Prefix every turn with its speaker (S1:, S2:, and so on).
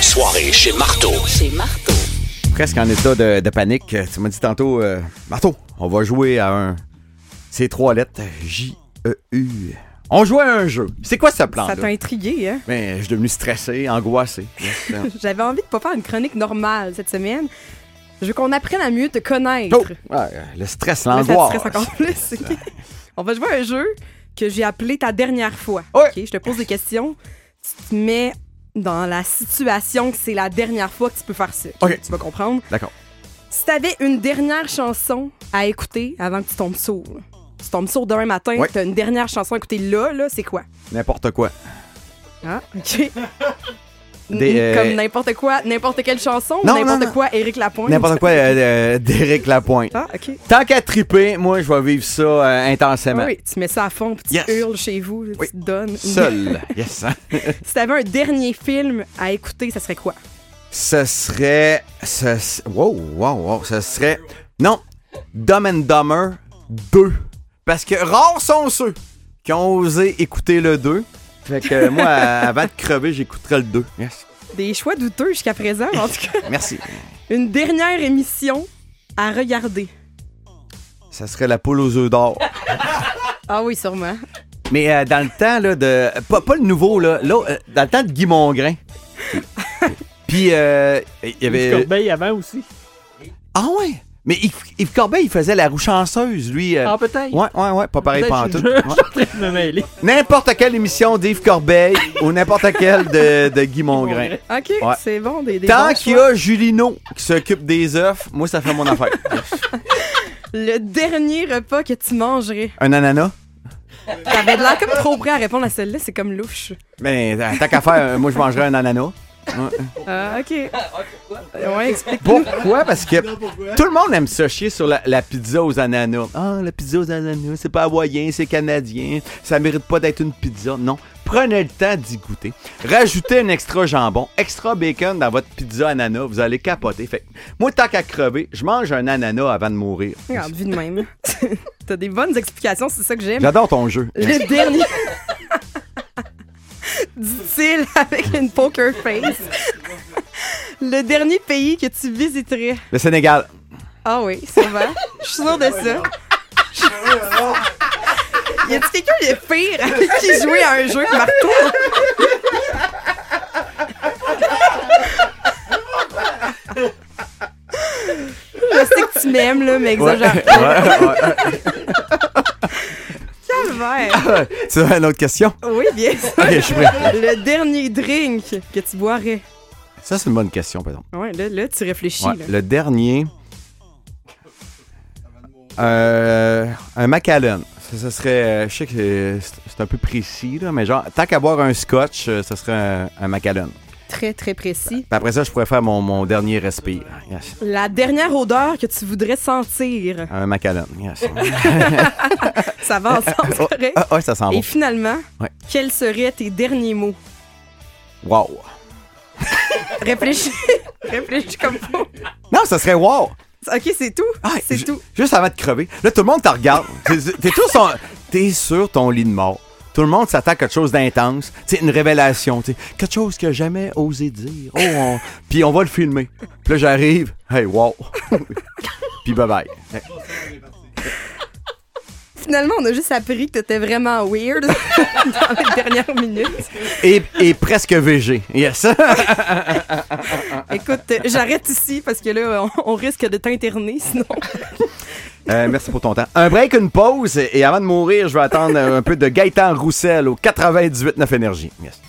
S1: soirée chez Marteau.
S2: Chez Marteau.
S3: Presque en état de, de panique. Tu m'as dit tantôt, euh, Marteau, on va jouer à un. Ces trois lettres, J-E-U. On jouait à un jeu. C'est quoi ce plan
S4: Ça t'a intrigué, hein?
S3: Mais je suis devenu stressé, angoissé. Hein?
S4: J'avais envie de pas faire une chronique normale cette semaine. Je veux qu'on apprenne à mieux te connaître.
S3: Oh! Ouais, le stress,
S4: Là, ça te
S3: l'angoisse.
S4: stresse encore plus. ok? On va jouer à un jeu que j'ai appelé ta dernière fois.
S3: Ouais.
S4: Ok, Je te pose des questions. Tu te mets dans la situation que c'est la dernière fois que tu peux faire ça. ok?
S3: Ok.
S4: Tu vas comprendre.
S3: D'accord.
S4: Si t'avais une dernière chanson à écouter avant que tu tombes sourd, tu tombes sourd demain matin,
S3: Ouais.
S4: t'as une dernière chanson à écouter là, là, c'est quoi?
S3: N'importe quoi.
S4: Ah, OK.
S3: Des,
S4: N-
S3: euh,
S4: Comme n'importe quoi, n'importe quelle chanson, ou
S3: Non, non, non.
S4: n'importe quoi, Éric Lapointe.
S3: N'importe quoi, euh, euh, d'Éric Lapointe.
S4: Ah, OK. Ah
S3: Tant qu'à triper, moi, je vais vivre ça euh, intensément.
S4: oui, tu mets ça à fond, puis tu
S3: Yes.
S4: hurles chez vous, puis
S3: Oui.
S4: tu te donnes.
S3: Seul. yes. hein?
S4: si t'avais un dernier film à écouter, ça serait quoi?
S3: Ce serait. Ce... s- Wow, wow, wow. Ce serait. Non. Dumb and Dumber 2. Parce que rares sont ceux qui ont osé écouter le 2. Fait que moi, à- avant de crever, j'écouterai le 2. Yes.
S4: Des choix douteux jusqu'à présent, en tout cas.
S3: Merci.
S4: Une dernière émission à regarder.
S3: Ça serait la poule aux œufs d'or.
S4: Ah oui, sûrement.
S3: Mais euh, dans le temps là, de. Pas, pas le nouveau, là. là euh, dans le temps de Guy Mongrain. Puis, euh, il y
S5: Yves
S3: avait.
S5: Corbeil avant aussi.
S3: Ah ouais! Mais Yves, Yves Corbeil, il faisait la roue chanceuse, lui. euh,
S5: Ah, peut-être.
S3: Ouais, ouais, ouais, pas pareil
S5: Peut-être, je-
S3: pantoute.
S5: je-
S3: Ouais.
S5: Je suis en train de me mêler.
S3: N'importe quelle émission d'Yves Corbeil ou n'importe quelle de, de Guy Mongrain.
S4: OK,
S3: Ouais.
S4: c'est bon. Des, des
S3: Tant
S4: bons
S3: qu'il y
S4: choix.
S3: a Julino qui s'occupe des œufs, moi, ça fait mon affaire.
S4: Le dernier repas que tu mangerais.
S3: Un ananas?
S4: T'avais de l'air comme trop prêt à répondre à celle-là, c'est comme louche.
S3: Ben, euh, tant qu'à faire, euh, moi, je mangerais un ananas.
S4: Ah, OK. Ouais, explique.
S3: Pourquoi? Parce que tout le monde aime se chier sur la, la pizza aux ananas. Ah, la pizza aux ananas, c'est pas hawaïen, c'est canadien. Ça mérite pas d'être une pizza. Non. Prenez le temps d'y goûter. Rajoutez un extra jambon, extra bacon dans votre pizza ananas. Vous allez capoter. Fait que moi, tant qu'à crever, je mange un ananas avant de mourir.
S4: Regarde, vu de même. T'as des bonnes explications, c'est ça que j'aime.
S3: J'adore ton jeu.
S4: Le dernier. Dit-il avec une poker face. Le dernier pays que tu visiterais.
S3: Le Sénégal.
S4: Ah oui, sûrement. Je suis sûre de ça. y a-t-il quelqu'un qui est pire avec qui jouer à un jeu que Marteau? Je sais que tu m'aimes, là, mais exagère. Calvaire.
S3: tu as une autre question?
S4: Oui, bien sûr.
S3: Ok, je suis prêt.
S4: Le dernier drink que tu boirais.
S3: Ça, c'est une bonne question, par exemple.
S4: Ouais, là, là tu réfléchis.
S3: Ouais,
S4: là.
S3: le dernier. Euh, un Macallan. Ça, ça serait. euh, Je sais que c'est- c'est- c'est un peu précis, là, mais genre, tant qu'à boire un scotch, euh, ça serait un, un Macallan. Puis
S4: Très, très précis.
S3: après ça, je pourrais faire mon, mon dernier respire. Yes.
S4: La dernière odeur que tu voudrais sentir.
S3: Un Macallan. Yes.
S4: Ça va ensemble, c'est correct?
S3: ah, ouais, ça sent bon.
S4: Et finalement,
S3: Ouais.
S4: quels seraient tes derniers mots?
S3: Wow.
S4: Réfléchis. Réfléchis comme faut.
S3: Non, ça serait wow.
S4: OK, c'est tout.
S3: Ah,
S4: c'est
S3: ju-
S4: tout.
S3: Juste avant de crever. Là, tout le monde te regarde. T'es t'es tous en- t'es sur ton lit de mort. Tout le monde s'attend à quelque chose d'intense. C'est une révélation. t'sais. Quelque chose que jamais osé dire. Oh, on- Puis on va le filmer. Puis là, j'arrive. Hey, wow. Puis bye bye.
S4: Finalement, on a juste appris que t'étais vraiment weird dans les dernières minutes.
S3: Et, et presque VG. Yes.
S4: Écoute, euh, j'arrête ici parce que là, on- on risque de t'interner sinon.
S3: Euh, merci pour ton temps. Un break, une pause. Et avant de mourir, je vais attendre un peu de Gaëtan Roussel au 98-9 Énergie. Yes.